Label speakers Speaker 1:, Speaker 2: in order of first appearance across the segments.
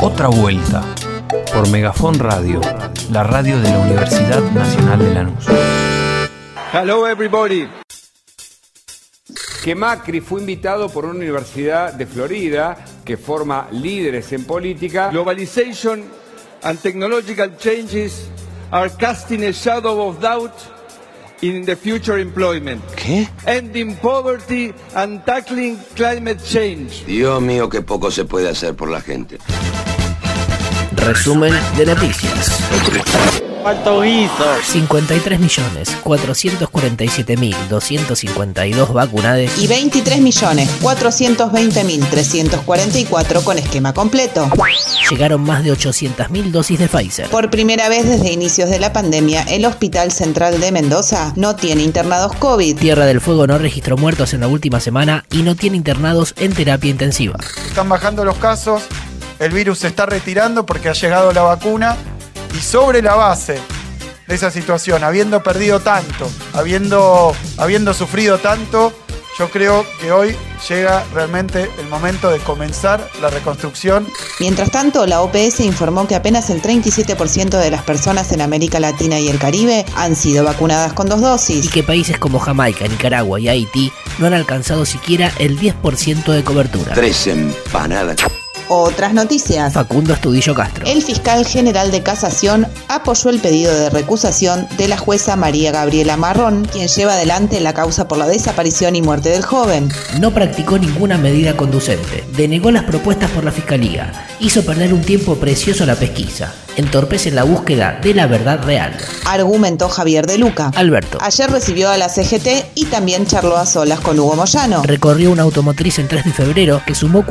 Speaker 1: Otra vuelta por Megafon Radio, la radio de la Universidad Nacional de Lanús.
Speaker 2: Hello everybody. Que Macri fue invitado por una universidad de Florida que forma líderes en política.
Speaker 3: Globalization and technological changes are casting a shadow of doubt in the future employment.
Speaker 4: ¿Qué?
Speaker 3: Ending poverty and tackling climate change.
Speaker 5: Dios mío, qué poco se puede hacer por la gente.
Speaker 6: Resumen de noticias.
Speaker 7: ¿Cuánto hizo?
Speaker 6: 53.447.252 vacunades
Speaker 8: y 23.420.344 con esquema completo.
Speaker 6: Llegaron más de 800.000 dosis de Pfizer.
Speaker 8: Por primera vez desde inicios de la pandemia, el Hospital Central de Mendoza no tiene internados COVID.
Speaker 6: Tierra del Fuego no registró muertos en la última semana y no tiene internados en terapia intensiva.
Speaker 9: Están bajando los casos, el virus se está retirando porque ha llegado la vacuna y sobre la base de esa situación, habiendo perdido tanto, habiendo, habiendo sufrido tanto, yo creo que hoy llega realmente el momento de comenzar la reconstrucción.
Speaker 8: Mientras tanto, la OPS informó que apenas el 37% de las personas en América Latina y el Caribe han sido vacunadas con dos dosis.
Speaker 6: Y que países como Jamaica, Nicaragua y Haití no han alcanzado siquiera el 10% de cobertura.
Speaker 5: Tres empanadas.
Speaker 8: Otras noticias.
Speaker 6: Facundo Estudillo Castro.
Speaker 8: El fiscal general de casación apoyó el pedido de recusación de la jueza María Gabriela Marrón, quien lleva adelante la causa por la desaparición y muerte del joven.
Speaker 6: No practicó ninguna medida conducente, denegó las propuestas por la fiscalía, hizo perder un tiempo precioso la pesquisa, entorpece la búsqueda de la verdad real.
Speaker 8: Argumentó Javier de Luca.
Speaker 6: Alberto.
Speaker 8: Ayer recibió a la CGT y también charló a solas con Hugo Moyano.
Speaker 6: Recorrió una automotriz en 3 de febrero que sumó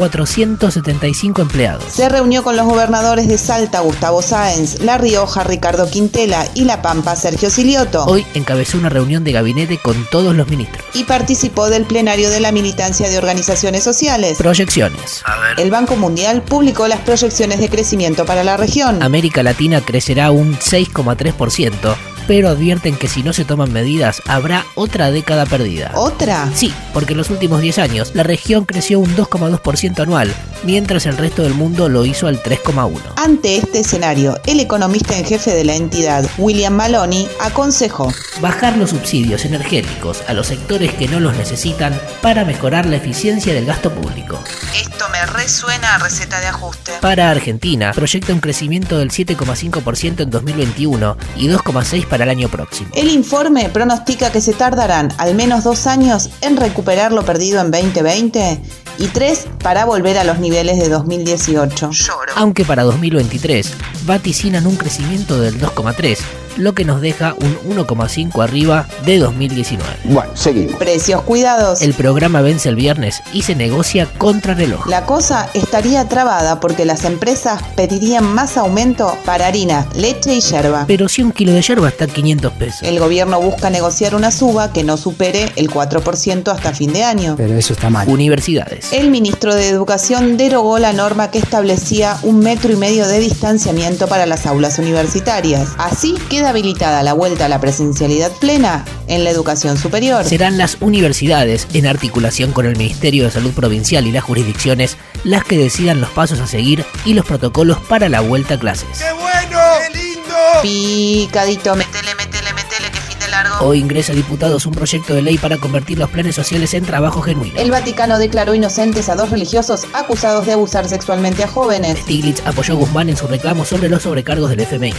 Speaker 6: 475 empleados.
Speaker 8: Se reunió con los gobernadores de Salta, Gustavo Sáenz, La Rioja, Ricardo Quintela y La Pampa, Sergio Silioto.
Speaker 6: Hoy encabezó una reunión de gabinete con todos los ministros.
Speaker 8: Y participó del plenario de la militancia de organizaciones sociales.
Speaker 6: Proyecciones.
Speaker 8: El Banco Mundial publicó las proyecciones de crecimiento para la región.
Speaker 6: América Latina crecerá un 6,3% pero advierten que si no se toman medidas habrá otra década perdida.
Speaker 8: ¿Otra?
Speaker 6: Sí, porque en los últimos 10 años la región creció un 2,2% anual, mientras el resto del mundo lo hizo al 3,1%.
Speaker 8: Ante este escenario, el economista en jefe de la entidad, William Maloney, aconsejó
Speaker 6: bajar los subsidios energéticos a los sectores que no los necesitan para mejorar la eficiencia del gasto público.
Speaker 8: Esto me resuena a receta de ajuste.
Speaker 6: Para Argentina, proyecta un crecimiento del 7,5% en 2021 y 2,6% para el año próximo.
Speaker 8: El informe pronostica que se tardarán al menos dos años en recuperar lo perdido en 2020 y tres para volver a los niveles de 2018.
Speaker 6: Lloro. Aunque para 2023 vaticinan un crecimiento del 2,3 lo que nos deja un 1,5 arriba de 2019.
Speaker 5: Bueno, seguimos.
Speaker 8: Precios cuidados.
Speaker 6: El programa vence el viernes y se negocia contra reloj.
Speaker 8: La cosa estaría trabada porque las empresas pedirían más aumento para harina, leche y yerba.
Speaker 6: Pero si un kilo de yerba está a 500 pesos.
Speaker 8: El gobierno busca negociar una suba que no supere el 4% hasta fin de año.
Speaker 6: Pero eso está mal. Universidades.
Speaker 8: El ministro de Educación derogó la norma que establecía un metro y medio de distanciamiento para las aulas universitarias. Así que habilitada la vuelta a la presencialidad plena en la educación superior.
Speaker 6: Serán las universidades, en articulación con el Ministerio de Salud Provincial y las jurisdicciones, las que decidan los pasos a seguir y los protocolos para la vuelta a clases.
Speaker 3: ¡Qué bueno! ¡Qué lindo!
Speaker 8: Picadito, metele, metele, metele, que fin de largo.
Speaker 6: Hoy ingresa a diputados un proyecto de ley para convertir los planes sociales en trabajo genuino.
Speaker 8: El Vaticano declaró inocentes a dos religiosos acusados de abusar sexualmente a jóvenes.
Speaker 6: Stiglitz apoyó a Guzmán en su reclamo sobre los sobrecargos del FMI.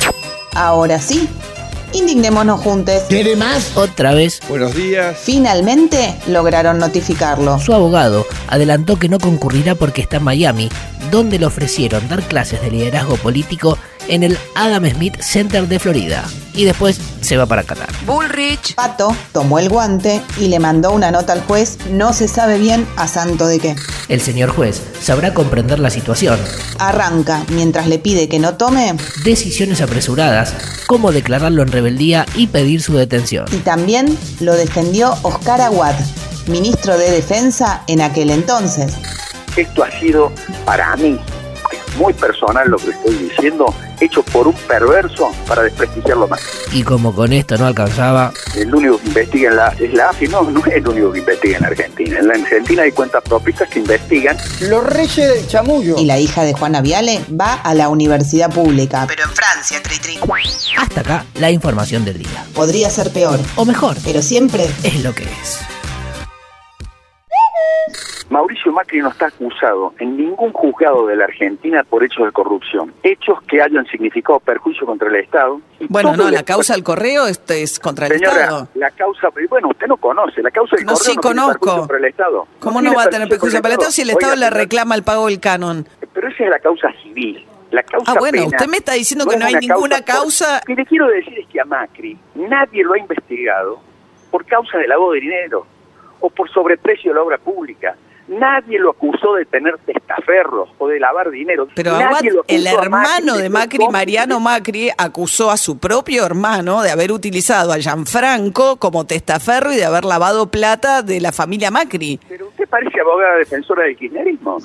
Speaker 8: Ahora sí, indignémonos juntos.
Speaker 6: ¿Quiere más? Otra vez.
Speaker 2: Buenos días.
Speaker 8: Finalmente lograron notificarlo.
Speaker 6: Su abogado adelantó que no concurrirá porque está en Miami, donde le ofrecieron dar clases de liderazgo político en el Adam Smith Center de Florida. Y después se va para Qatar.
Speaker 10: Bullrich.
Speaker 8: Pato tomó el guante y le mandó una nota al juez, no se sabe bien a santo de qué.
Speaker 6: El señor juez sabrá comprender la situación.
Speaker 8: Arranca, mientras le pide que no tome
Speaker 6: decisiones apresuradas, como declararlo en rebeldía y pedir su detención.
Speaker 8: Y también lo defendió Oscar Aguad, ministro de Defensa en aquel entonces.
Speaker 11: Esto ha sido para mí
Speaker 4: muy personal lo que estoy diciendo, hecho por un perverso para desprestigiarlo más.
Speaker 6: Y como con esto no alcanzaba,
Speaker 4: El único que investiga en la, es la AFI, no, no es el único que investiga en Argentina. En la Argentina hay cuentas propistas que investigan.
Speaker 3: Los reyes del chamullo.
Speaker 12: Y la hija de Juana Viale va a la universidad pública. Pero en Francia, tri, tri.
Speaker 6: hasta acá la información del día.
Speaker 12: Podría ser peor,
Speaker 6: O mejor,
Speaker 12: pero siempre
Speaker 6: es lo que es.
Speaker 4: Mauricio Macri no está acusado en ningún juzgado de la Argentina por hechos de corrupción, hechos que hayan significado perjuicio contra el Estado. Y
Speaker 8: Bueno,
Speaker 4: todo
Speaker 8: no,
Speaker 4: el
Speaker 8: la
Speaker 4: esfuerzo-
Speaker 8: causa del correo este es contra el
Speaker 4: Señora,
Speaker 8: Estado.
Speaker 4: la causa, bueno, usted no conoce, la causa del
Speaker 8: No,
Speaker 4: correo
Speaker 8: sí
Speaker 4: tiene perjuicio
Speaker 8: conozco.
Speaker 4: contra el Estado.
Speaker 8: ¿Cómo
Speaker 4: tiene
Speaker 8: no va a tener perjuicio para el Estado si el Estado
Speaker 4: Oiga,
Speaker 8: le
Speaker 4: señora,
Speaker 8: reclama el pago del canon?
Speaker 4: Pero esa es la causa civil. La causa
Speaker 8: Ah, bueno,
Speaker 4: penal
Speaker 8: usted me está diciendo que
Speaker 4: es
Speaker 8: no hay
Speaker 4: una
Speaker 8: ninguna
Speaker 4: por-
Speaker 8: causa-
Speaker 4: Lo que le quiero decir es que a Macri nadie lo ha investigado por causa de lavado de dinero o por sobreprecio de la obra pública. Nadie lo acusó de tener testaferros o de lavar dinero.
Speaker 8: Pero
Speaker 4: Nadie
Speaker 8: Aguad,
Speaker 4: lo acusó
Speaker 8: el
Speaker 4: a Macri
Speaker 8: hermano
Speaker 4: de
Speaker 8: de
Speaker 4: ser
Speaker 8: Macri,
Speaker 4: cómplice.
Speaker 8: Mariano Macri, acusó a su propio hermano de haber utilizado a Gianfranco como testaferro y de haber lavado plata de la familia Macri.
Speaker 4: Pero usted parece abogada defensora del kirchnerismo.